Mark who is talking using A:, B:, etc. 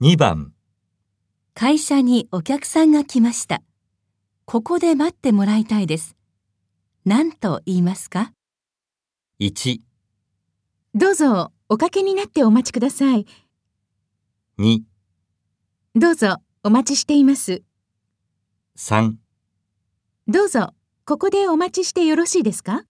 A: 2番、
B: 会社にお客さんが来ました。ここで待ってもらいたいです。何と言いますか
A: 1、
C: どうぞおかけになってお待ちください。
A: 2、
C: どうぞお待ちしています。
A: 3
C: どうぞここでお待ちしてよろしいですか